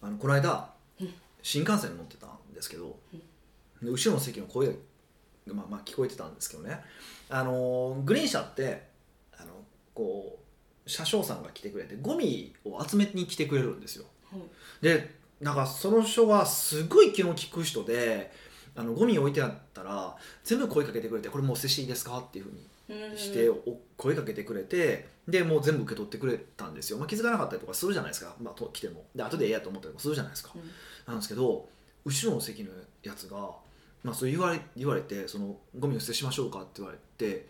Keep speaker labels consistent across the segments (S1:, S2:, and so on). S1: この間
S2: うん
S1: 新幹線に乗ってたんですけど
S2: うん
S1: で後ろの席の声が、まあ、まあ聞こえてたんですけどねあのグリーン車ってあのこう車掌さんが来てくれてゴミを集めに来てくれるんですよ
S2: はい
S1: でなんかその人はすごい気の利く人であのゴミ置いてあったら全部声かけてくれて「これもう捨てしていいですか?」っていうふうにしてお声かけてくれてでもう全部受け取ってくれたんですよ、まあ、気づかなかったりとかするじゃないですか、まあ、と来てもで後でええやと思ったりもするじゃないですか、
S2: うん
S1: なんですけど後ろの席のやつが、まあ、そう言われ言われてそのゴミを捨てしましょうかって言われて、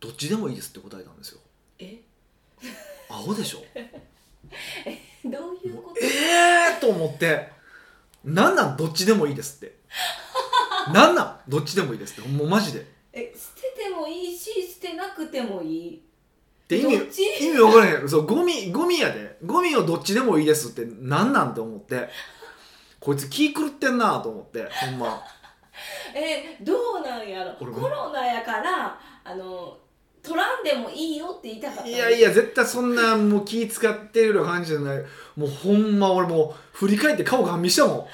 S1: どっちでもいいですって答えたんですよ
S2: え
S1: 青でしょ
S2: どういう
S1: も
S2: こ
S1: うええー、と思ってなんなんどっちでもいいですってなんなんどっちでもいいですってもうマジでっ
S2: え捨ててもいいし捨てなくてもいい
S1: て意味
S2: どっち
S1: 意味わからへんやろそうゴミゴミやでゴミをどっちでもいいですってなんなんて思ってこいつ気狂ってんなと思ってほんま
S2: えどうなんやろコ
S1: 俺も
S2: ロナやからあの取らんでもいいよって言いたかった
S1: いやいや絶対そんなもう気使ってるような感じじゃないもうほんま俺もう振り返って顔がん見したもんこ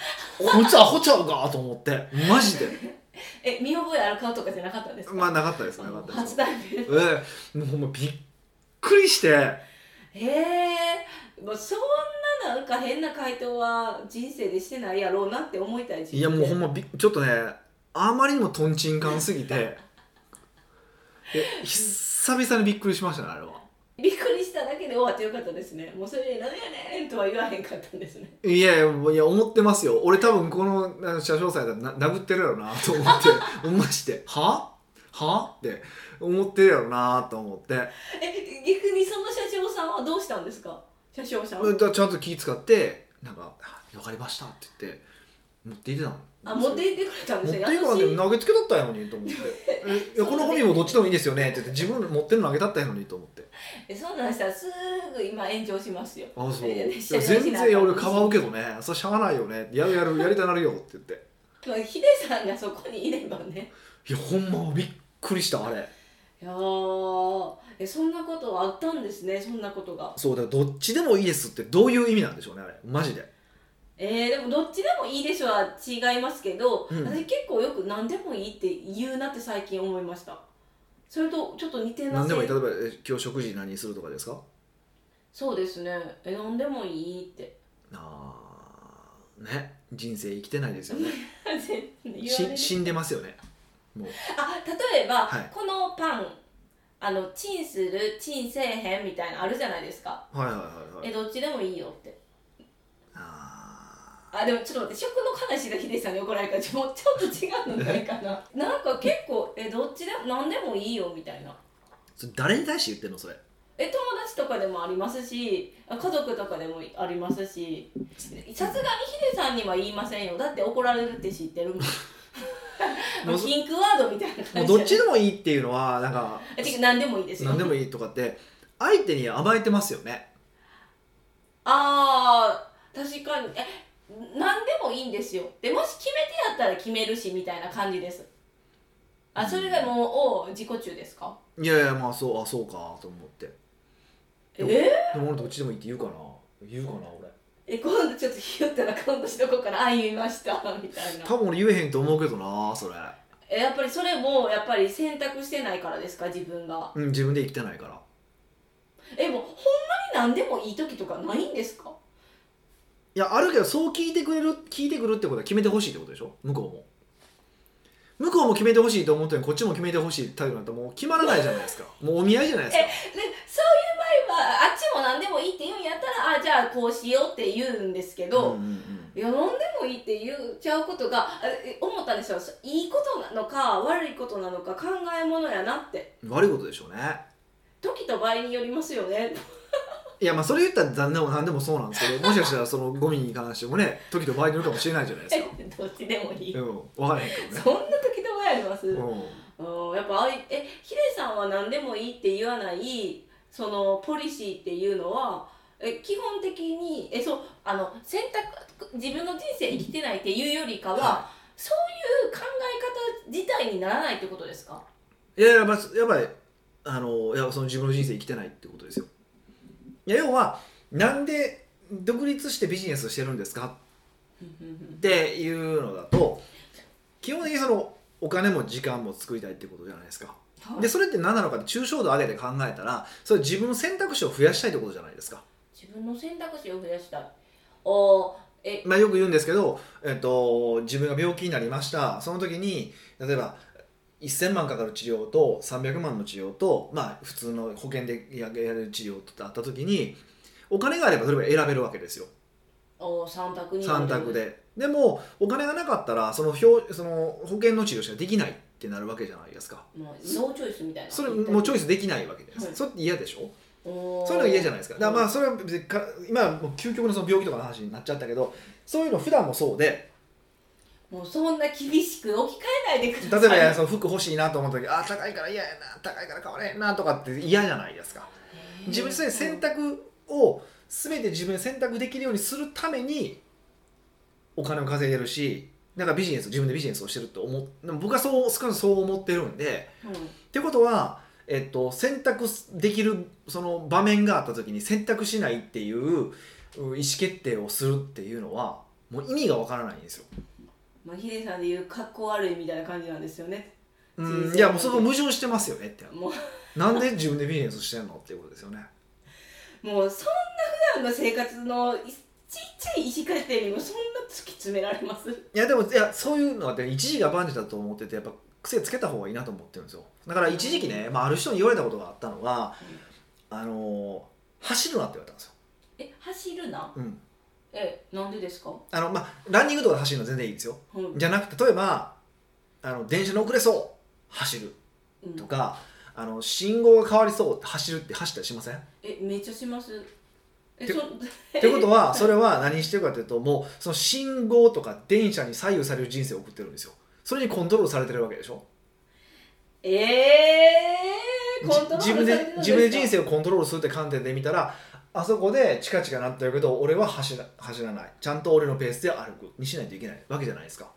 S1: いつアホちゃうかと思ってマジで
S2: え見覚えある顔とかじゃなかったんですか、
S1: まあなかったです
S2: あ
S1: なか
S2: の
S1: ったで
S2: 初
S1: す
S2: 対面
S1: ええもうほんまびっくりして
S2: えー、もうそんななんか変な回答は人生でしてないやろうなって思いたい自分で
S1: いやもうほんまびちょっとねあまりにもとんちんかんすぎてえ久々にびっくりしましたねあれは。
S2: びっくりしただけで終わってよかったですねもうそれで何やねんとは言わへんかったんですね
S1: いやいやもういや思ってますよ俺多分このあの車掌さんやったらな殴ってるやろなと思 って思いましてははって思ってるやろなと思って
S2: え逆にその社長さんはどうしたんですか社長さんは、
S1: うんだからちゃんと気使ってなんかあ「分かりました」って言って持っていってたの
S2: あ持って行ってくれたん
S1: 持
S2: で
S1: っ
S2: す
S1: てい
S2: よ
S1: かな
S2: 優し
S1: で
S2: い
S1: 投げつけだったんやのにと思って「えいやこのゴミもどっちでもいいですよね」って言って自分の持ってるの投げたったんやのにと思って
S2: えそんなんしたらすぐ今炎上しますよ
S1: ああそう
S2: いや
S1: い
S2: い
S1: や
S2: や
S1: 全然いや俺かばうけどねそれしゃあないよねやるやるやりたなるよって言って
S2: まあヒデさんがそこにいればね
S1: いやほんまびっくりしたあれ
S2: いやーえそんなことはあったんですねそんなことが
S1: そうだからどっちでもいいですってどういう意味なんでしょうねあれマジで
S2: えー、でもどっちでもいいでしょは違いますけど、
S1: うん
S2: 私結構よく何でもいいって言うなって最近思いましたそれとちょっと似て
S1: 何
S2: ません
S1: でもいい例えばえ今日食事何するとかですか
S2: そうですねえ何でもいいって
S1: あーね人生生きてないですよね
S2: 言われ
S1: し
S2: る
S1: 死んでますよねもう
S2: あ例えば、
S1: はい
S2: このパンあのチンするチンせえへんみたいなのあるじゃないですか
S1: はいはいはいは
S2: え
S1: い
S2: どっちでもいいよって
S1: あ
S2: あでもちょっと待って食の話がヒデさんに怒られるからちょもうちょっと違うのないか ななんか結構えどっちでも何でもいいよみたいな
S1: ーそれ誰に対して言ってんの それ
S2: え友達とかでもありますしあ家族とかでもありますしさすがにヒデさんには言いませんよだって怒られるって知ってるもん
S1: もうそ
S2: ピンクワードみたいな
S1: も
S2: 感
S1: う
S2: じ
S1: どっちでもいいっていうのはなん か
S2: えてか何でもいいですよ
S1: 何でもいいとかって相手に甘えてますよね
S2: あー確かにえ何でもいいんですよでもし決めてやったら決めるしみたいな感じですあそれがもうお自己中ですか
S1: いやいやまあそうあそうかと思ってで
S2: え
S1: も
S2: ー
S1: でも俺どっちでもいいって言うかな言うかな俺
S2: え今度ちょっとひよったら今度しとこうかなあ言いましたみたいな
S1: 多分俺言えへんと思うけどなそれ
S2: えやっぱりそれもやっぱり選択してないからですか自分が
S1: うん自分で生きてないから
S2: えもうほんまに何でもいい時とかないんですか
S1: いやあるけどそう聞いてくれる聞いてくるってことは決めてほしいってことでしょ向こうも向こうも決めてほしいと思ってるのにこっちも決めてほしいタイプなんてもう決まらないじゃないです かもうお見合いじゃないですか
S2: でそういう場合はあっちも何でもいいって言うんやったらあじゃあこうしようって言うんですけど、
S1: うんうん
S2: いや何でもいいって言っちゃうことがあえ思ったんですよそいいことなのか悪いことなのか考えものやなって
S1: うん悪いことでしょうね
S2: 時と場合によりますよね
S1: いやまあそれ言ったら何でも何でもそうなんですけどもしかしたらそのゴミに関してもね時と場合によるかもしれないじゃないですか
S2: どっちでもいい
S1: うん分からへんけどね
S2: そんな時と場合あります、うん、
S1: うん
S2: やっぱあいえヒデさんは何でもいいって言わないそのポリシーっていうのはえ基本的にえそうあの選択自分の人生生きてないっていうよりかは、
S1: は
S2: そういう考え方自体にならないってことですか
S1: いやいやまあやっぱりあのいやその自分の人生生きてないってことですよいや要はなんで独立してビジネスしてるんですか っていうのだと基本的にそのお金も時間も作りたいってことじゃないですか。
S2: はい
S1: でそれって何なのかって抽象度上げて考えたらそれ自分の選択肢を増やしたいってことじゃないですか、
S2: 自分の選択肢を増やしたいおーえ
S1: まあ、よく言うんですけど、えっと、自分が病気になりましたその時に例えば1000万かかる治療と300万の治療と、まあ、普通の保険でややれる治療とあった時にお金があればそれは選べるわけですよ
S2: おー三択になる
S1: 3択ででもお金がなかったらその表その保険の治療しかできないってなるわけじゃないですか
S2: もうノーチョイスみたいな
S1: それもうチョ
S2: イ
S1: イスできないわけじゃないですか、
S2: はい
S1: それって嫌でしょ
S2: スお
S1: そういうのが嫌じゃ
S2: ゃ
S1: ないですか。だからまあそれは別にか今はもう究極のその病気とかの話になっちゃったけど、そういうの普段もそうで、
S2: もうそんな厳しく置き換えないでく
S1: 例
S2: だ
S1: えば
S2: さい
S1: ねその服欲しいなと思った時、あー高いから嫌やな、高いから買われへんなとかって嫌じゃないですか。自分で選択を全て自分で選択できるようにするためにお金を稼いでるし、なんかビジネス自分でビジネスをしてると思っ、でも僕はそう少なくともそう思ってるんで、
S2: うん
S1: ってことは。えっと、選択できるその場面があった時に選択しないっていううん意思決定をするっていうのはもう意味がわからないんですよ。
S2: まあ、ヒデさんで言う格好悪いみたいな感じなんですよね
S1: う
S2: 人
S1: ん、
S2: 生
S1: いやもうそこ矛盾してますよねって
S2: も
S1: なんで自分でビジネスしてんのっていうことですよね。
S2: うもうそんな普段の生活のいちっちゃい意思決定にもそんな突き詰められます
S1: いやでもいやそういうのはね一時が万事だと思っててやっぱ癖つけた方がいいなと思ってるんですよ。だから一時期ね、まあ、ある人に言われたことがあったのが、あの走るなって言われたんですよ。
S2: え走るな
S1: うん、
S2: えなんでですか、
S1: あのまあランニングとかで走るのは全然いいですよ。
S2: うん
S1: じゃなくて例えばあの電車の遅れそう走る
S2: うん
S1: とか、あの信号が変わりそうって走るって走ったりしませんっ
S2: えめっちゃしますえ
S1: て
S2: そって
S1: ことはそれは何してるかというともうその信号とか電車に左右される人生を送ってるんですよそれにコントロールされてるわけでしょ
S2: ええー、コントロール
S1: じ自分
S2: され
S1: で
S2: てるん
S1: 自分で
S2: か
S1: 人生をコントロールするって観点で見たらあそこでチカチカなってるけど俺は走ら走らないちゃんと俺のペースで歩くにしないといけないわけじゃないですか、は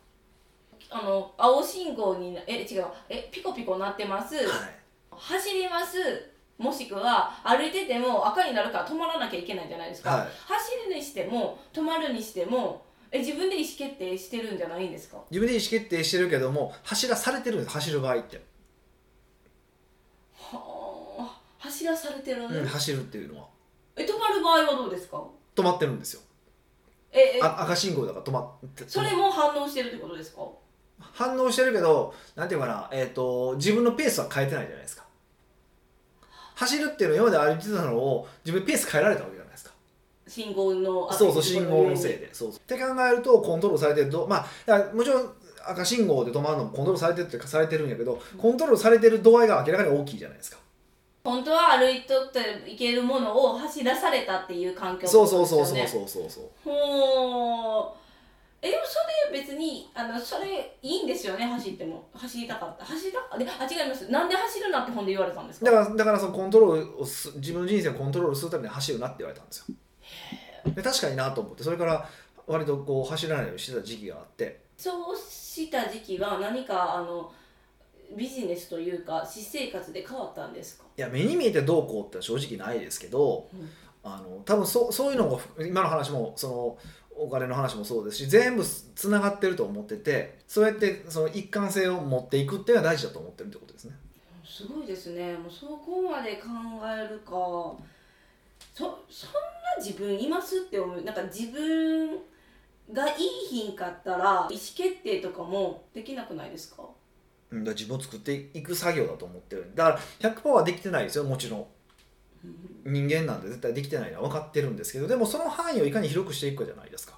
S2: あの青信号になえ違うえピコピコ鳴ってます
S1: い、
S2: 走りますもしくは歩いてても赤になるから止まらなきゃいけないじゃないですか、
S1: はい
S2: 走るにしても止まるにしてもえ自分で意思決定してるんじゃないんですか
S1: 自分で意思決定してるけども走らされてるんです走る場合って、
S2: はあ走らされてるね、
S1: うん、走るっていうのは
S2: え止まる場合はどうですか
S1: 止まってるんですよ
S2: ええ
S1: あ赤信号だから止まって
S2: それも反応してるってことですか
S1: 反応してるけどなんていうかな、えー、と自分のペースは変えてないじゃないですか走るっていうのは今まで歩いてたのを自分でペース変えられたわけじゃないですか
S2: 信号のあ
S1: そうそう信号のせいでそうそうって考えるとコントロールされてるとまあだからもちろん赤信号で止まるのもコントロールされてるってされてるんやけどコントロールされてる度合いが明らかに大きいじゃないですか
S2: 本当は歩いとっていけるものを走らされたっていう環境
S1: そうそうそう
S2: ですよ
S1: そう
S2: ね
S1: そうそうそう
S2: ほうえでもそれ別にあのそれいいんですよね走っても走りたかった走りたかであ違いますなんで走るなって本で言われたんですか
S1: だからだからそのコントロールをす自分の人生をコントロールするために走るなって言われたんですよで確かになと思ってそれから割とこう走らないようにしてた時期があって
S2: そうした時期は何かあのビジネスというか私生活で変わったんですか
S1: いや目に見えてどうこうって正直ないですけど、
S2: うん
S1: あの多分そそういうのも今の話もそのお金の話もそうですし全部つながってると思っててそうやってその一貫性を持っていくっていうのは大事だと思ってるってことですね。
S2: すごいですねもうそこまで考えるかそそんな自分いますって思うなんか自分がいいひんかったら意思決定とかもできなくないですか
S1: うんだから自分を作っていく作業だと思ってるだから100%はできてないですよもちろん人間なんで絶対できてないのは分かってるんですけどでもその範囲をいかに広くしていくかじゃないですか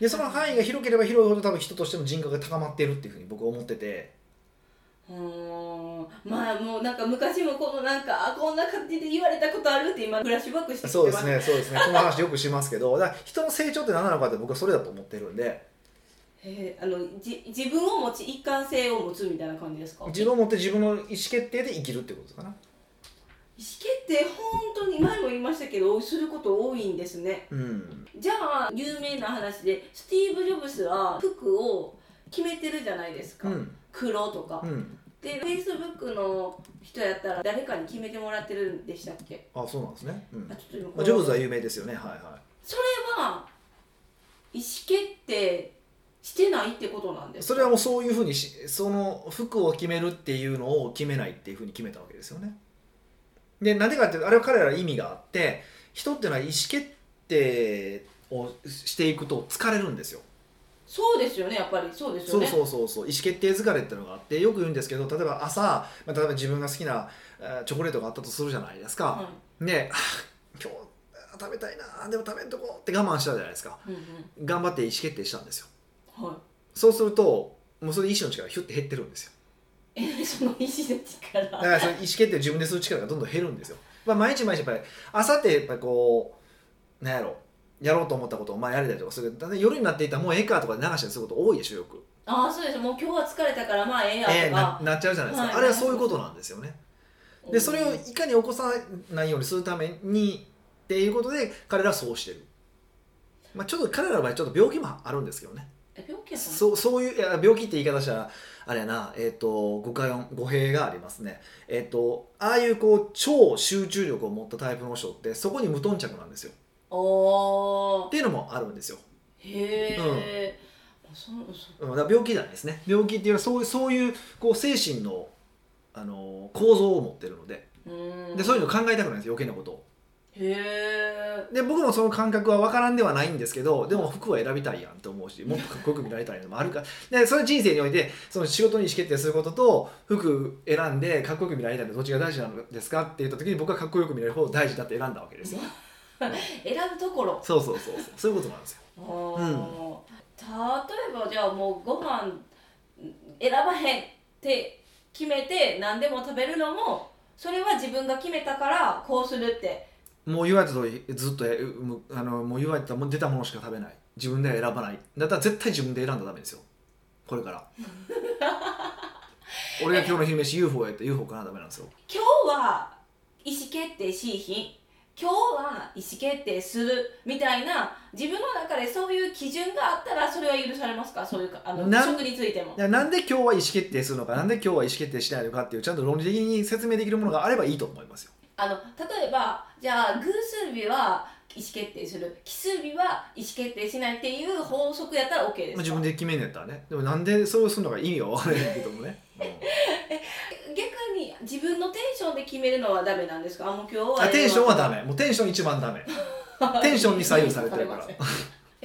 S1: でその範囲が広ければ広いほど多分人としての人格が高まってるっていうふうに僕は思ってて
S2: うーんまあもうなんか昔もこのなんかあこんな感じで言われたことあるって今フラッシュバックしてきてます
S1: そうですねそうですねこの話よくしますけどだから人の成長って何なのかって僕はそれだと思ってるんで
S2: へーあのじ自分を持ち一貫性を持つみたいな感じですか意思
S1: 自分を持って自分の意思決定で生きるってことかな
S2: 決定本当に前も言いましたけどすること多いんですね
S1: うん
S2: じゃあ有名な話でスティーブ・ジョブスは服を決めてるじゃないですか、
S1: うん
S2: 黒とか、
S1: うん
S2: でフェイスブックの人やったら誰かに決めてもらってるんでしたっけ
S1: あそうなんですね、うん
S2: あ
S1: ま
S2: ちょっと今こ
S1: あ、
S2: う
S1: ジョブズは有名ですよねはいは
S2: それは意思決定してないってことなんで
S1: い
S2: す
S1: それはもうそういうふうにしその服を決めるっていうのを決めないっていうふうに決めたわけですよねでなんでかっていうとあれは彼らの意味があって人っていうのは意思決定をしていくと疲れるんですよ
S2: そうですよねやっぱりそうです
S1: そ
S2: よ
S1: う
S2: ね
S1: そうそうそう意思決定疲れってのがあってよく言うんですけど例えば朝、まあ、例えば自分が好きなえーチョコレートがあったとするじゃないですか、で あー今日あー食べたいなーでも食べんとこうって我慢したじゃないですか
S2: うん、うん
S1: 頑張って意思決定したんですよ
S2: うんはい
S1: そうするともうそれで意思の力がヒュッて減ってるんですよ
S2: えその意思の力
S1: だからその意思決定を自分でする力がどんどん減るんですよ、まあ、毎日毎日やっぱり朝ってやっぱりこうなんやろやろうと思ったことをまあやれたりとかするけどだんだん夜になっていったらもうええかとかで流したりすること多いでしょよく
S2: ああそうですもう今日は疲れたからまあええや
S1: ええ
S2: と
S1: な
S2: か、
S1: なっちゃうじゃないですか、
S2: はい
S1: あれはそういうことなんですよねでそれをいかに起こさないようにするためにっていうことで彼らはそうしてる、まあ、ちょっと彼らの場合ちょっと病気もあるんですけどね
S2: え病気やったの
S1: そうそういういや病気って言い方したらあれやな、えっと誤解を語弊がありますねえっ、とああいうこう超集中力を持ったタイプの人ってそこに無頓着なんですよ
S2: お
S1: っ
S2: ー
S1: ていうのもあるんですよ、
S2: へえ、あそうそ
S1: う
S2: う
S1: ん、だから病気なんですね病気っていうのはそうそういうこう精神のあの構造を持ってるので
S2: うーん
S1: でそういうのを考えたくないんですよ余計なことを
S2: へえ
S1: で僕もその感覚は分からんではないんですけどでも服は選びたいやんと思うしもっとかっこよく見られたいのもあるからでそれ人生においてその仕事に意思決定することと服選んでかっこよく見られたいのどっちが大事なのですかって言った時に僕はかっこよく見られる方を大事だって選んだわけですよ
S2: 選ぶところ
S1: そうそうそうそうそういうことなんですよ
S2: あー例えばじゃあもうご飯選ばへんって決めて何でも食べるのもそれは自分が決めたからこうするって
S1: もう言われた通りずっとえむあのもう言われたもう出たものしか食べない自分では選ばないだったら絶対自分で選んだらダメですよこれから俺が今日の昼飯 UFO やって UFO かなダメなんですよ
S2: 今日は意思決定しいひん今日は意思決定するみたいな自分の中でそういう基準があったらそれは許されますかそういうかあの
S1: なん
S2: 食についても
S1: いやなんで今日は意思決定するのかなんで今日は意思決定しないのかっていうちゃんと論理的に説明できるものがあればいいと思いますよ
S2: あの例えばじゃあ偶数日は意思決定する奇数日は意思決定しないっていう法則やったら OK で
S1: ま
S2: すか
S1: あ自分で決めんのやったらねでもなんでそれをするのか意味が分から ないけどもね、
S2: 逆に自分のテンションで決めるのはダメなんですかあもう今日
S1: うん
S2: は
S1: あテンションはダメもうテンション一番ダメテンションに左右されてるから
S2: い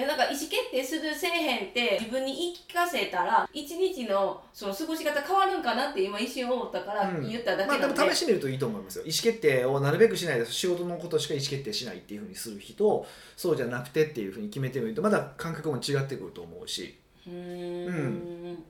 S2: やなんか意思決定するせえへんって自分に言い聞かせたら一日のその過ごし方変わるんかなって今一瞬思ったから
S1: うん
S2: 言っただ
S1: まあ
S2: け
S1: で
S2: なんで、
S1: も試してみるといいと思いますよ意思決定をなるべくしないで仕事のことしか意思決定しないっていうふうにする人そうじゃなくてっていうふうに決めてみるとまだ感覚も違ってくると思うし
S2: うー
S1: うん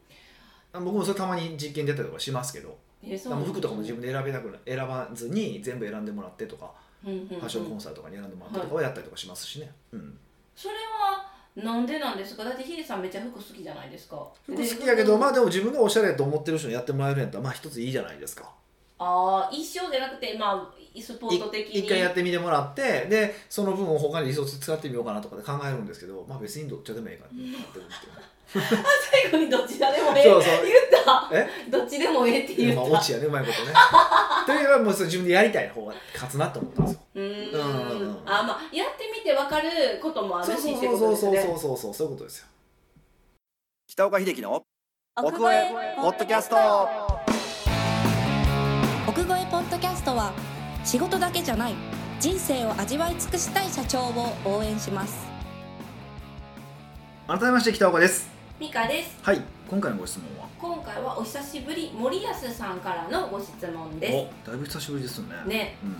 S1: あ僕もそれたまに実験でやったりとかしますけど
S2: えそう
S1: もう服とかも自
S2: 分
S1: 分で選べなくな選ばずに全部選んでもらってとか
S2: うんうん
S1: ファッションコンサートとかに選んでもらったりとかはやったりとかしますしね、うん、
S2: それはなんでなんですかだってヒデさんめっちゃ服好きじゃないですか
S1: 服好きやけどま
S2: あ
S1: あでも自分がおしゃれと思ってる人にやってもらえるんやったらまあ一ついいじゃないですか
S2: あー一生じゃなくてまあスポ
S1: い
S2: ート的に
S1: 一回やってみてもらってでその分を他にリソース使ってみようかなとかで考えるんですけどまあ別にどっちでもいいかってなってるんですけど
S2: 最後にどっちだでもええ
S1: そうそう
S2: 言った
S1: え
S2: どっちでもええって言
S1: まあ
S2: っ
S1: 落
S2: た
S1: ちやねうまいこと ねというよりはもうそれ自分でやりたい方が勝つなと思ったんですよ
S2: うーん
S1: うんうんうん
S2: あまあやってみて分かることもある
S1: そう
S2: し
S1: そう
S2: っ
S1: そ
S2: てこ
S1: う
S2: と
S1: そう
S2: です
S1: そう
S2: ね
S1: そうそうそういうことですよ北岡秀樹の
S3: 奥越えポッドキャスト奥越えポッドキャストは仕事だけじゃない人生を味わい尽くしたい社長を応援します
S1: 改めまして北岡です
S2: ミカです
S1: はい今回のご質問は
S2: 今回はお久しぶり森安さんからのご質問で
S1: おだいぶ久しぶりですよね
S2: すね
S1: うん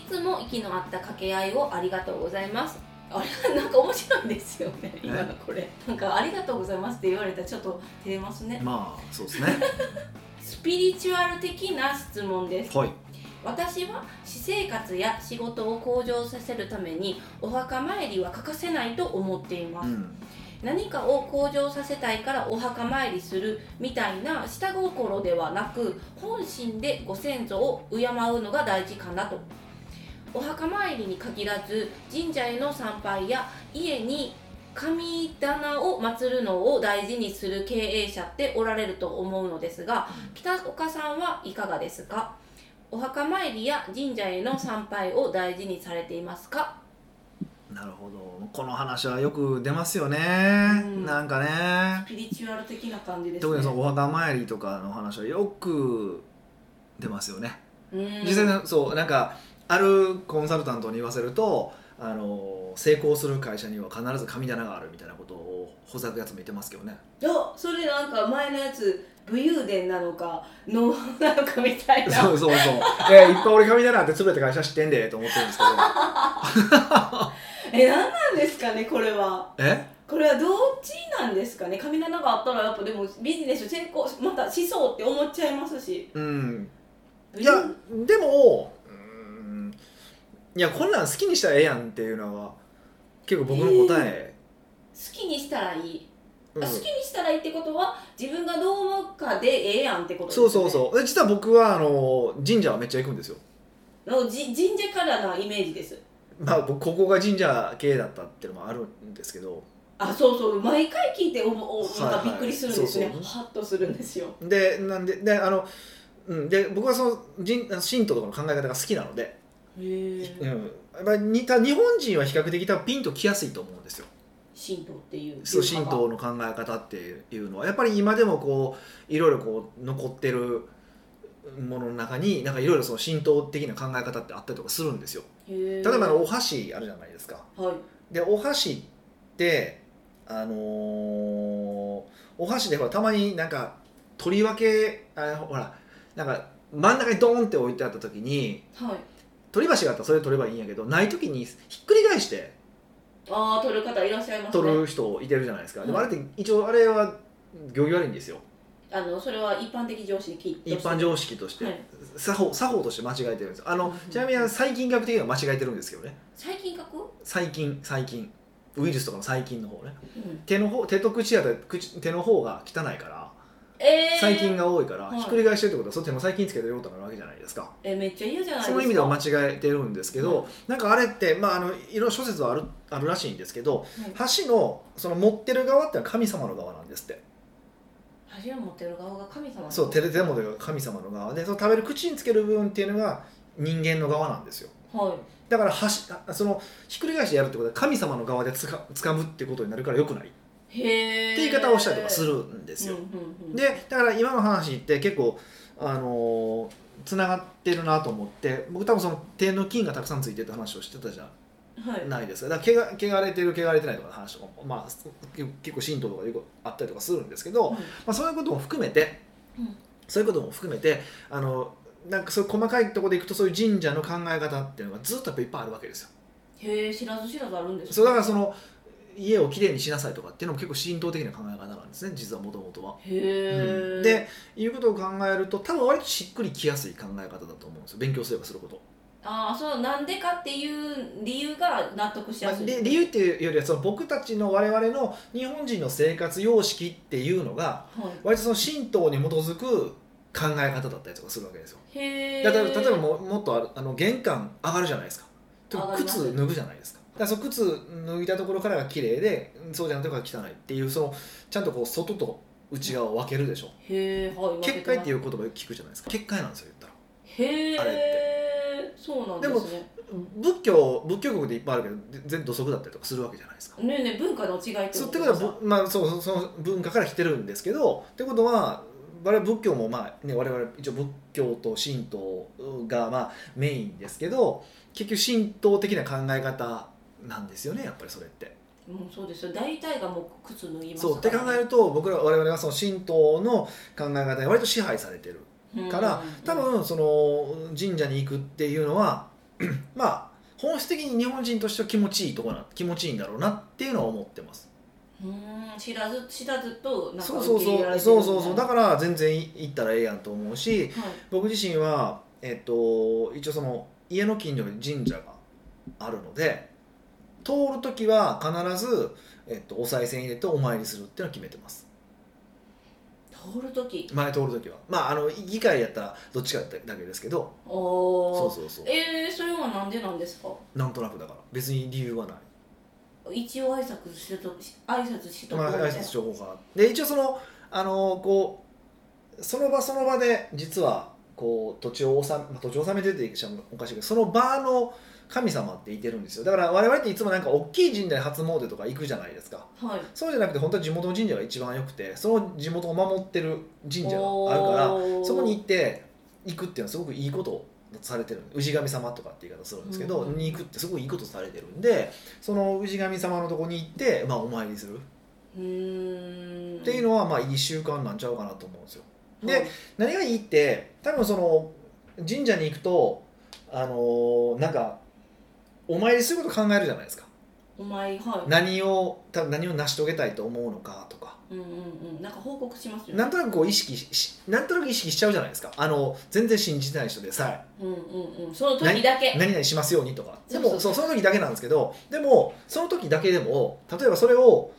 S2: いつも息の合った掛け合いをありがとうございますあれ なんか面白いんですよね今のこれなんか「ありがとうございます」って言われたらちょっと照れますね
S1: まあそうです ね
S2: スピリチュアル的な質問です
S1: はい
S2: 私は私生活や仕事を向上させるためにお墓参りは欠かせないと思っています、
S1: うん
S2: 何かを向上させたいからお墓参りするみたいな下心ではなく本心でご先祖を敬うのが大事かなとお墓参りに限らず神社への参拝や家に神棚を祀るのを大事にする経営者っておられると思うのですが北岡さんはいかがですかお墓参りや神社への参拝を大事にされていますか
S1: なるほどこの話はよく出ますよね、
S2: ん
S1: なんかね
S2: スピリチュアル的な感じです
S1: 特
S2: ね
S1: にそのお墓参りとかの話はよく出ますよね
S2: うん
S1: 実際にそうなんかあるコンサルタントに言わせるとあの成功する会社には必ず神棚があるみたいなことをほざくやつも言ってますけどね
S2: いやそれなんか前のやつ武勇伝なのか能なのかみたいな
S1: そうそうそうえいっぱい俺神棚あって潰れた会社知ってんでと思ってるんですけど
S2: え何なんですかねこれは
S1: え
S2: これはどっちなんですかね神棚があったらやっぱでもビジネス成功またしそうって思っちゃいますし
S1: うんいやでもうんいやこんなん好きにしたらええやんっていうのは結構僕の答え、
S2: 好きにしたらいい、
S1: うん
S2: あ好きにしたらいいってことは自分がどう思うかでええやんってことです
S1: そうそうそうで実は僕はあの神社はめっちゃ行くんですよ
S2: うのじ神社からのイメージです
S1: まあ僕ここが神社系だったっていうのもあるんですけど
S2: あそうそう毎回聞いておおなん
S1: はいは
S2: か
S1: い
S2: びっくりするんですね、
S1: そうそう
S2: ハッとするんですよ
S1: でなんでであの、うん、で僕はその神神道とかの考え方が好きなので、
S2: へ
S1: うん
S2: え
S1: やっぱり似た日本人は比較的多分ピンときやすいと思うんですよ
S2: 神道っていう
S1: そう神道の考え方っていうのはやっぱり今でもこういろいろこう残ってるものの中になんかいろいろその神道的な考え方ってあったりとかするんですよ
S2: 例え
S1: 例えばあのお箸あるじゃないですか
S2: はい
S1: でお箸ってあのーお箸でほらたまになんか取り分けあほらなんか真ん中にドーンって置いてあった時に
S2: はい
S1: 取り箸があったらそれで取ればいいんやけどない時にひっくり返して
S2: ああ取る方いらっしゃいますね
S1: 取る人いてるじゃないですか、でもあ
S2: は
S1: れって一応あれは行儀悪いんですよ
S2: あのそれは一般的常識き
S1: 一般常識として、
S2: はい
S1: 作法作法として間違えてるんですよあ
S2: うん
S1: の
S2: うん
S1: ちなみに細菌学的には間違えてるんですけどね
S2: 最近書く、
S1: 細菌細菌ウイルスとかの細菌の方ね
S2: うん、
S1: 手の方手と口やったら口手の方が汚いから
S2: えー、
S1: 細菌が多いから、
S2: はい
S1: ひっくり返してるってことはその手も細菌つけてることになるわけじゃないですか
S2: えめっちゃ嫌じゃないですか
S1: その意味では間違えてるんですけど、
S2: は
S1: なんかあれって、まあ、あのいろいろ諸説はあるあるらしいんですけど
S2: はい
S1: 箸のその持ってる側ってのは神様の側なんですって
S2: 恥を持ってる側が神様
S1: そう手で手元が神様の側でその食べる口につける部分っていうのが人間の側なんですよ
S2: は
S1: だから箸あそのひっくり返してやるってことは神様の側でつか掴むってことになるからよくないっ
S2: いへえ
S1: て言い方をしたりとかするんですよ、
S2: うんうんうん、
S1: でだから今の話って結構あのつながってるなと思って僕多分その手の菌がたくさんついてるって話をしてたじゃ
S2: はい
S1: ないですかだから汚汚れてる汚れてないとかの話とかも、まあ、結結構神道とかよくあったりとかするんですけど、まあ、そういうことも含めて、
S2: うん
S1: そういうことも含めてあのなんかそういう細かいところでいくとそういう神社の考え方っていうのがずっとやっぱいっぱいあるわけですよ。
S2: へえ知らず知らずあるんですね
S1: そうだからその家をきれいにしなさいとかっていうのも結構神道的な考え方なんですね実はもともとは。
S2: へえ、
S1: でいうことを考えると多分割としっくりきやすい考え方だと思うんですよ勉強すればすること、
S2: ああそうなんでかっていう理由が納得し
S1: ま
S2: や
S1: あ
S2: すい、
S1: り理由っていうよりはその僕たちの我々の日本人の生活様式っていうのが
S2: は
S1: 割とその神道に基づく考え方だったりとかするわけですよ
S2: い、へえ
S1: だから例えばもうもっとあるあの玄関上がるじゃないですか
S2: 上がります
S1: 靴脱ぐじゃないですかだからその靴脱いだところからが綺麗でそうじゃないところが汚いっていうそのちゃんとこう外と内側を分けるでしょ
S2: へえはい
S1: 結界っていうう言葉よく聞くじゃないですか結界なんですよ言ったら。
S2: へ
S1: あれっ
S2: えそうなんですね
S1: 仏教仏教国でいっぱいあるけど全全土足だったりとかするわけじゃないですか。
S2: ねえねえ文化の違いって
S1: そう
S2: こ
S1: って
S2: と
S1: こと
S2: です
S1: は、ぶまあ、そうそうその文化から来てるんですけどってことは我々仏教もまあ、ね、我々一応仏教と神道がまあメインですけど結局神道的な考え方なんですよねやっぱりそれって。
S2: うん、そうですよ大体がもう靴脱ぎます
S1: そうって考えると僕ら我々はその神道の考え方に割と支配されてる
S2: る
S1: から多分その神社に行くっていうのは まあ本質的に日本人としては気持ちいいとこな気持ちいいんだろうなっていうのは思ってます
S2: うん知らず知らずとなんか
S1: そうそう
S2: 受け入
S1: そ
S2: れ
S1: う
S2: られてる
S1: そ
S2: み
S1: う
S2: たいな
S1: そうそうだから全然行ったらええやんと思うし
S2: はい
S1: 僕自身はえっと一応その家の近所に神社があるので通る時は必ず、えっと、お賽銭入れてお参りするっていうのは決めてます
S2: 通る時
S1: 前通る時はまああの議会やったらどっちかだけですけど
S2: ああ
S1: そうそうそう
S2: えー、それはなんでなんですか
S1: なんとなくだから別に理由はない
S2: え一応挨拶しとし挨拶しとこ
S1: ま
S2: う
S1: あ、
S2: みたい
S1: 挨
S2: な
S1: 拶情報がで一応そのあのこうその場その場で実はこう土地を納め、まあ、土地を納めてって言っちゃおかしいけどその場の神様っていてるんですよだから我々っていつもなんか大きい神社に初詣とか行くじゃないですか
S2: はい
S1: そうじゃなくて本当は地元の神社が一番良くてその地元を守ってる神社があるから
S2: ら
S1: そこに行って行くっていうのはすごくいいことをされてる氏神様とかって言い方するんですけど、
S2: うん
S1: に行くってすごくいいことされてるんでその氏神様のとこに行って、まあ、お参りする
S2: うーん
S1: っていうのはまあいい習慣なんちゃうかなと思うんですよ。で
S2: はい
S1: 何がいいって多分その神社に行くとあのーなんかお参りすること考えるじゃないですか
S2: お前は
S1: 何を多分何を成し遂げたいと思うのかとか
S2: いうんうんうんなんか報告しますよね
S1: なんとなくこう意識ししなんとなく意識しちゃうじゃないですかあの全然信じてない人でさえ
S2: うんうんうんその時だけ
S1: 何々しますようにとかで
S2: そ
S1: も
S2: うそ
S1: そうその時だけなんですけどでもその時だけでも例えばそれを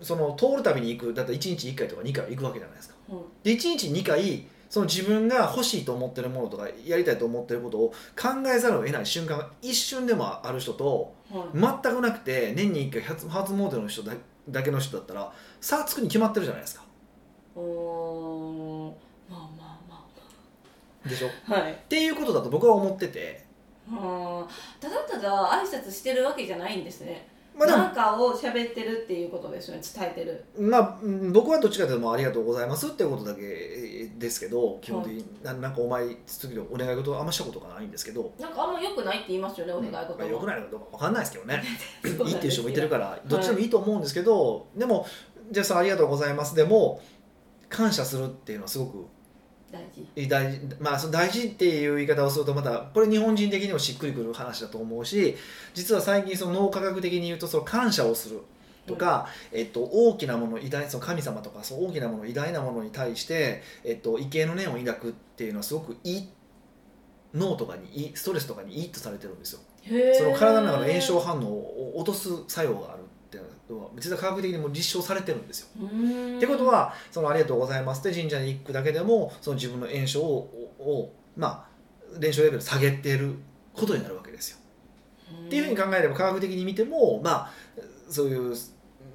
S1: その通るたびに行くだったら1日1回とか2回行くわけじゃないですか
S2: うん
S1: で1日2回その自分が欲しいと思ってるものとかやりたいと思ってることを考えざるを得ない瞬間が一瞬でもある人と
S2: はい
S1: 全くなくて年に1回初初詣の人だだけの人だったら差つくに決まってるじゃないですか
S2: おーまあまあ
S1: でしょっ
S2: まあはい
S1: ていうことだと僕は思ってて
S2: あーただただ挨拶してるわけじゃないんですね、
S1: まあでも
S2: なんかを喋ってるっていうことですよね伝えてる
S1: まあ、うん僕はどっちかというともうありがとうございますっていうことだけですけど基本的にななんかお前次のお願い事はあんましたことがないんですけど
S2: なんかあんま良くないって言いますよねお願い事
S1: まあ、よく
S2: ない
S1: ないのかどうか分かんないですけどね
S2: そうなんで
S1: い
S2: すよ
S1: いっていう人もいてるからどっちでもいいと思うんですけど、でもじゃあさありがとうございますでも感謝するっていうのはすごく
S2: 大事
S1: 大事,、まあ、その大事っていう言い方をするとまたこれ日本人的にもしっくりくる話だと思うし実は最近その脳科学的に言うとその感謝をするとか、えっと、大きなもの偉大その神様とかその大きなもの偉大なものに対して、えっと、畏敬の念を抱くっていうのはすごくいい脳とかにいいストレスとかにいいとされてるんですよ。その体の中の炎症反応を落とす作用があるっていうのは実は科学的にも立証されてるんですよ。
S2: っ
S1: ってことはそのありがとうございますって神社に行くだけでもその自分の炎症をををまあ炎症レベル下げてることになるわけですよ。っていうふうに考えれば科学的に見てもまあそういう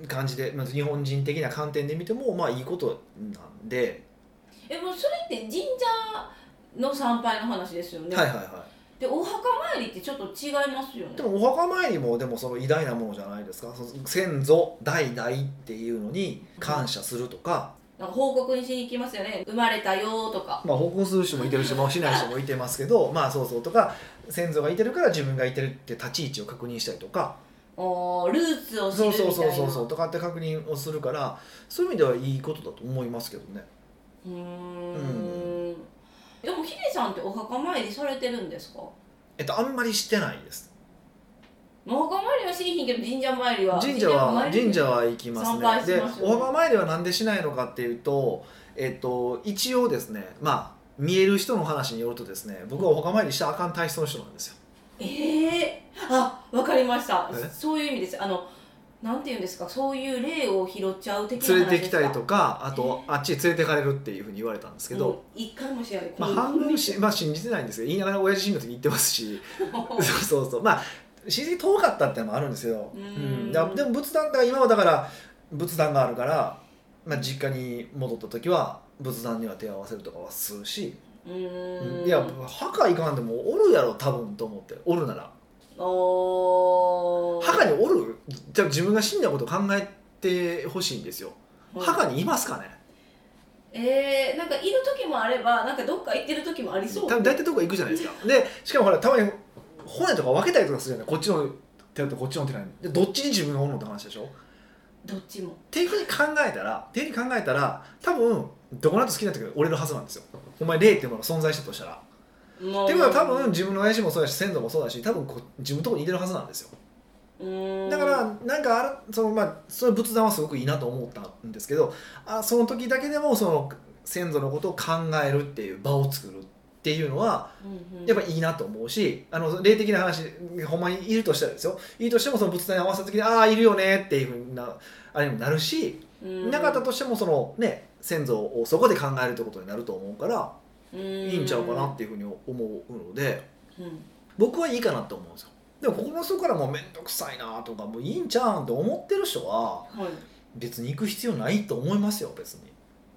S1: 感じで、まあ、日本人的な観点で見てもまあいいことなんで、
S2: えもうそれって神社の参拝の話ですよね、
S1: はいはいは
S2: でお墓参りってちょっと違いますよね
S1: い、でもお墓参りもでもその偉大なものじゃないですかその先祖代々っていうのに感謝するとか、
S2: なんか報告にしに行きますよね生まれたよーとか
S1: まあ、報告する人もいてるし、まあ、しない人もいてますけどまあそうそうとか先祖がいてるから自分がいてるって立ち位置を確認したりとか
S2: おールーツを知る
S1: そう
S2: みたい
S1: そう
S2: な
S1: そうそうそうとかって確認をするからそういう意味ではいいことだと思いますけどね
S2: うーんでもヒデさんってお墓参りされてるんですか
S1: えっとあんまりしてないです
S2: お墓参りはしひんけど神社参りは
S1: 神社は神社は行きます
S2: 参
S1: ね
S2: 拝し
S1: で
S2: ますよね
S1: お墓参りはなんでしないのかっていうとえっと一応ですねまあ見える人の話によるとですね僕はお墓参りしたらあかん体質の人なんですよ
S2: ええあわかりました
S1: え
S2: そういう意味ですあのなんていうんですかそういう霊を拾っちゃう的な
S1: 連れ
S2: 話
S1: てきたり
S2: で
S1: とかあとあっちへ連れてかれるっていうふうに言われたんです
S2: す
S1: け
S2: か
S1: ど、
S2: うん一回もしない
S1: まあ、半分し、まあ、信じてないんですけど言いながら親父死んだ時言ってます しそうそうそうまあ親戚遠かったってのもあるんですよ、
S2: うん
S1: だからでも仏壇が今はだから仏壇があるから、まあ、実家に戻った時は仏壇には手を合わせるとかはするし、
S2: うーん
S1: いや墓行かんでもおるやろ多分と思っておるなら
S2: おー
S1: 墓におるじゃあ自分が死んだことを考えてほしいんですよ墓にいますかね
S2: えー、なんかいる時もあればなんかどっか行ってる時もありそう
S1: 多分大体どこ行くじゃないですかでしかもほらたまに骨とか分けたりとかするじゃないこっちの手とこっちの手なのにでどっちに自分がおるのって話でしょっ
S2: どっちも
S1: ていうふうに考えたらっていうふうに考えたら多分どこなと好きになったけど折れるはずなんですよお前霊っていうものが存在したとしたら
S2: も
S1: っていうことは多分自分の親父もそうだし先祖もそうだし多分こ自分のとこにいてるはずなんですよ
S2: うーん
S1: だからなんかあらそのまあそういう仏壇はすごくいいなと思ったんですけどあその時だけでもその先祖のことを考えるっていう場を作るっていうのは
S2: うんうん
S1: やっぱいいなと思うしあの霊的な話ほんまにいるとしたらですよいいとしてもその仏壇に合わせた時にああいるよねっていうふうなあれにもなるし、
S2: うん
S1: なかったとしてもそのね先祖をそこで考えるってことになると思うから
S2: い
S1: いいんちゃうかなっていうふうに思うので
S2: うん
S1: 僕はいいかなと思うんですよ。でも心の底からもう面倒くさいなとかもういいんちゃうんって思ってる人は
S2: はい
S1: 別に行く必要ないと思いますよ別に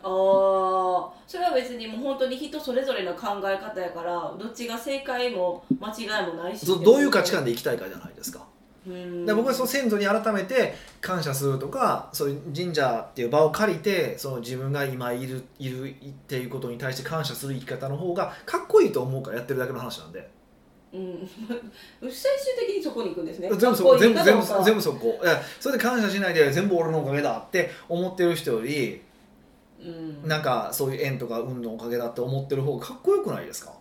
S2: あーそれは別にもう本当に人それぞれの考え方やからどっちが正解も間違いもないし
S1: どどういう価値観で行きたいかじゃないですか
S2: うん
S1: で僕はその先祖に改めて感謝するとかそういう神社っていう場を借りてその自分が今いるいるっていうことに対して感謝する生き方の方がかっこいいと思うからやってるだけの話なんで
S2: うん、 最終的にそこに行くんですね
S1: 全部
S2: かっ
S1: そ
S2: こ
S1: う
S2: いい
S1: 全部
S2: か
S1: 全
S2: どう
S1: 部
S2: か
S1: 全部そこいやそれで感謝しないで全部俺のおかげだって思ってる人より
S2: うん、
S1: なんかそういう縁とか運のおかげだって思ってる方がかっこよくないですか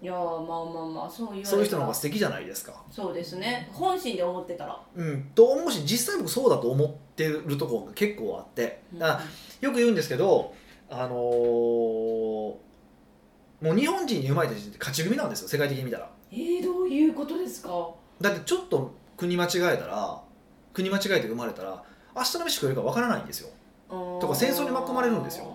S2: いやーまあまあまあそう言われたら
S1: そういう人の方が素敵じゃないですか
S2: そうですね本心で思ってたら、
S1: うんと思うし実際僕そうだと思ってるところが結構あって
S2: うん
S1: だからよく言うんですけどあのーもう日本人に生まれた時点で勝ち組なんですよ世界的に見たら
S2: えー、どういうことですか
S1: だってちょっと国間違えたら国間違えて生まれたら明日の飯食えるかわからないんですよ
S2: と
S1: とか戦争に巻き込まれるんですよ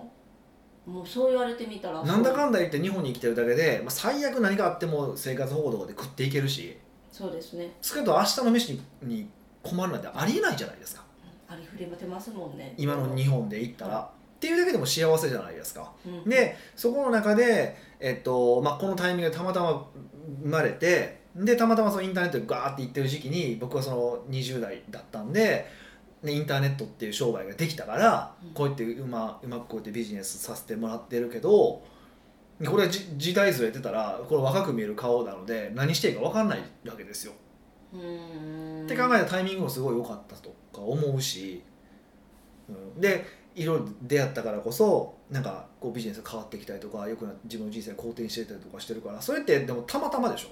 S2: もうそう言われてみたら
S1: なんだ
S2: ん
S1: かんだ言って日本に生きてるだけで、まあ、最悪何かあっても生活保護とかで食っていけるし
S2: そうですね
S1: 少なくとも明日の飯にに困るなんてありえないじゃないですか
S2: ありふれてますもんね
S1: 今の日本で行ったら。っていうだけでも幸せじゃないですか
S2: うん
S1: でそこの中で、えっとまあ、このタイミングでたまたま生まれてでたまたまそのインターネットにガーって行ってる時期に僕はその20代だったんででインターネットっていう商売ができたから
S2: うん
S1: こうやってうまうまくこうやってビジネスさせてもらってるけどこれはじ時代ずれてたらこれ若く見える顔なので何していいか分かんないわけですよ。
S2: うーん
S1: って考えたタイミングもすごい良かったとか思うし、うん、でいろいろ出会ったからこそなんかこうビジネスが変わってきたりとかよくな自分の人生が好転してたりとかしてるからそれってでもたまたまでしょ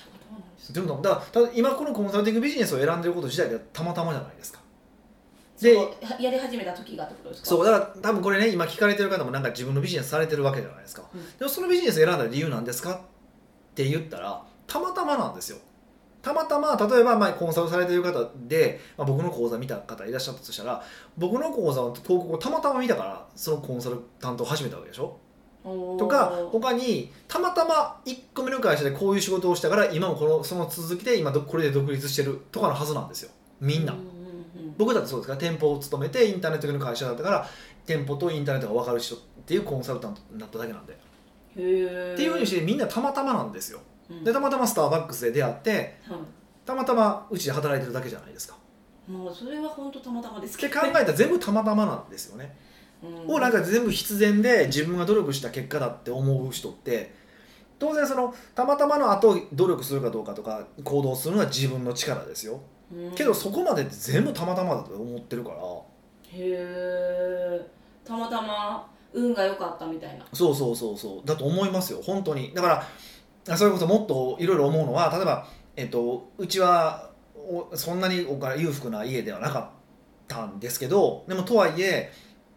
S2: たまたまなんです
S1: でもだからただ今このコンサルティングビジネスを選んでること自体がたまたまじゃないですかで
S2: そうやり始めた時がってことですか
S1: そう
S2: う
S1: だから多分これね今聞かれてる方もなんか自分のビジネスされてるわけじゃないですか、
S2: うん
S1: でもそのビジネス選んだ理由なんですかって言ったらたまたまなんですよたまたま例えばまあコンサルされてる方で、まあ、僕の講座見た方いらっしゃったとしたら僕の講座の広告をたまたま見たからそのコンサル担当を始めたわけでしょとか他にたまたま1個目の会社でこういう仕事をしたから今もこのその続きで今どこれで独立してるとかのはずなんですよみんな、僕だってそうですから店舗を勤めてインターネット系の会社だったから店舗とインターネットが分かる人っていうコンサルタントになっただけなんで、
S2: へえ
S1: っていうふうにしてみんなたまたまなんですよ
S2: うん
S1: でたまたまスターバックスで出会って
S2: は
S1: たまたまうちで働いてるだけじゃないですか
S2: いもうそれは本当たまたまです
S1: って
S2: け
S1: 考
S2: ど
S1: えたら全部たまたまなんですよね、
S2: うん
S1: をなんか全部必然で自分が努力した結果だって思う人って当然そのたまたまの後努力するかどうかとか行動するのは自分の力ですよ
S2: うん
S1: けどそこまでって全部たまたまだと思ってるから
S2: へえたまたま運が良かったみたいな
S1: そうそうそうそうだと思いますよ本当にだからそれこそもっといろいろ思うのは例えば、えっと、うちはおそんなにお金裕福な家ではなかったんですけどでもとはいえ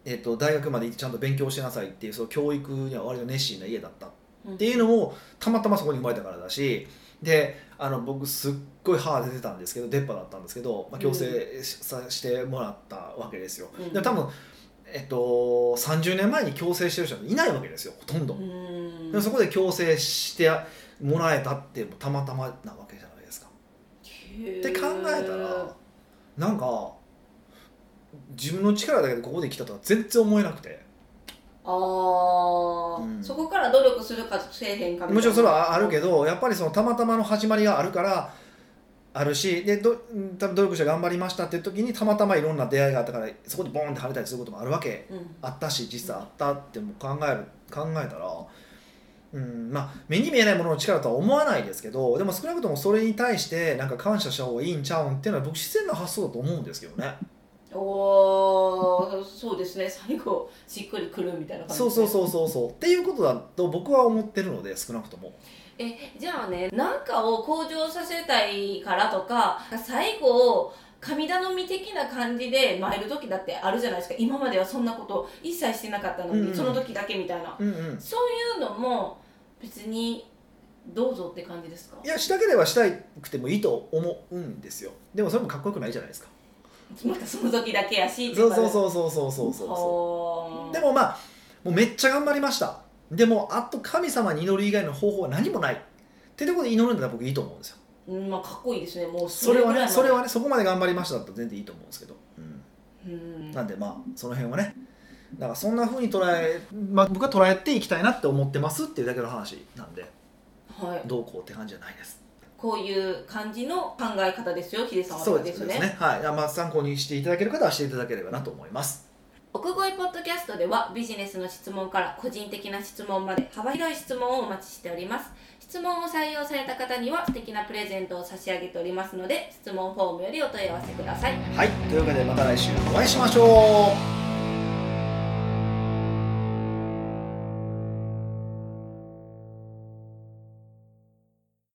S1: えっと、大学まで行ってちゃんと勉強しなさいっていうその教育には割と熱心な家だった
S2: っ
S1: っていうのもたまたまそこに生まれたからだしであの僕すっごい歯出てたんですけど出っ歯だったんですけど、まあ、矯正しさしてもらったわけですよ、
S2: うん
S1: でも多分、えっと、30年前に矯正してる人はいないわけですよほとんど、
S2: うん
S1: でもそこで矯正してもらえたってたまたまなわけじゃないですか
S2: っ
S1: って考えたらなんか自分の力だけでここで来たとは全然思えなくて
S2: あー、
S1: うん
S2: そこから努力するかせえへんかみたいな
S1: もちろんそれはあるけどやっぱりそのたまたまの始まりがあるからあるしでどうん多分努力して頑張りましたっていう時にたまたまいろんな出会いがあったからそこでボーンって晴れたりすることもあるわけ
S2: うん
S1: あったし実際あったっても考える考えたら、うんまあ、目に見えないものの力とは思わないですけどでも少なくともそれに対してなんか感謝した方がいいんちゃうんっていうのは僕自然な発想だと思うんですけどね。
S2: おーそうですね最後しっくりくるみたいな感じ
S1: そうそう
S2: う
S1: そうそうそうっていうことだと僕は思ってるので少なくとも。
S2: えじゃあね何かを向上させたいからとか最後神頼み的な感じで参る時だってあるじゃないですか今まではそんなこと一切してなかったのに、
S1: うんうん
S2: その時だけみたいな
S1: うんうん
S2: そういうのも別にどうぞって感じですか
S1: いやしたければしたくてもいいと思うんですよでもそれもかっこよくないじゃないですか
S2: またその時だけやし
S1: そうそう
S2: う
S1: そうそうそうそうそう
S2: そ
S1: でもまあもうめっちゃ頑張りましたでもあと神様に祈る以外の方法は何もないってところで祈るんだったら僕いいと思うんですよ
S2: ううんまあかっこいいですねもう
S1: それはねそれは
S2: ね
S1: ねそこまで頑張りましただったら全然いいと思うんですけど、うん
S2: うん
S1: なんでまあその辺はねだからそんな風に捉え、まあ、僕は捉えていきたいなって思ってますっていうだけの話なんで
S2: はい
S1: どうこうって感じじゃないです
S2: こういう感じの考え方ですよヒデさんは
S1: そうですそうですねはいあまあ参考にしていただける方はしていただければなと思います
S2: 奥越えポッドキャストではビジネスの質問から個人的な質問まで幅広い質問をお待ちしております質問を採用された方には素敵なプレゼントを差し上げておりますので質問フォームよりお問い合わせください
S1: はいというわけでまた来週お会いしましょう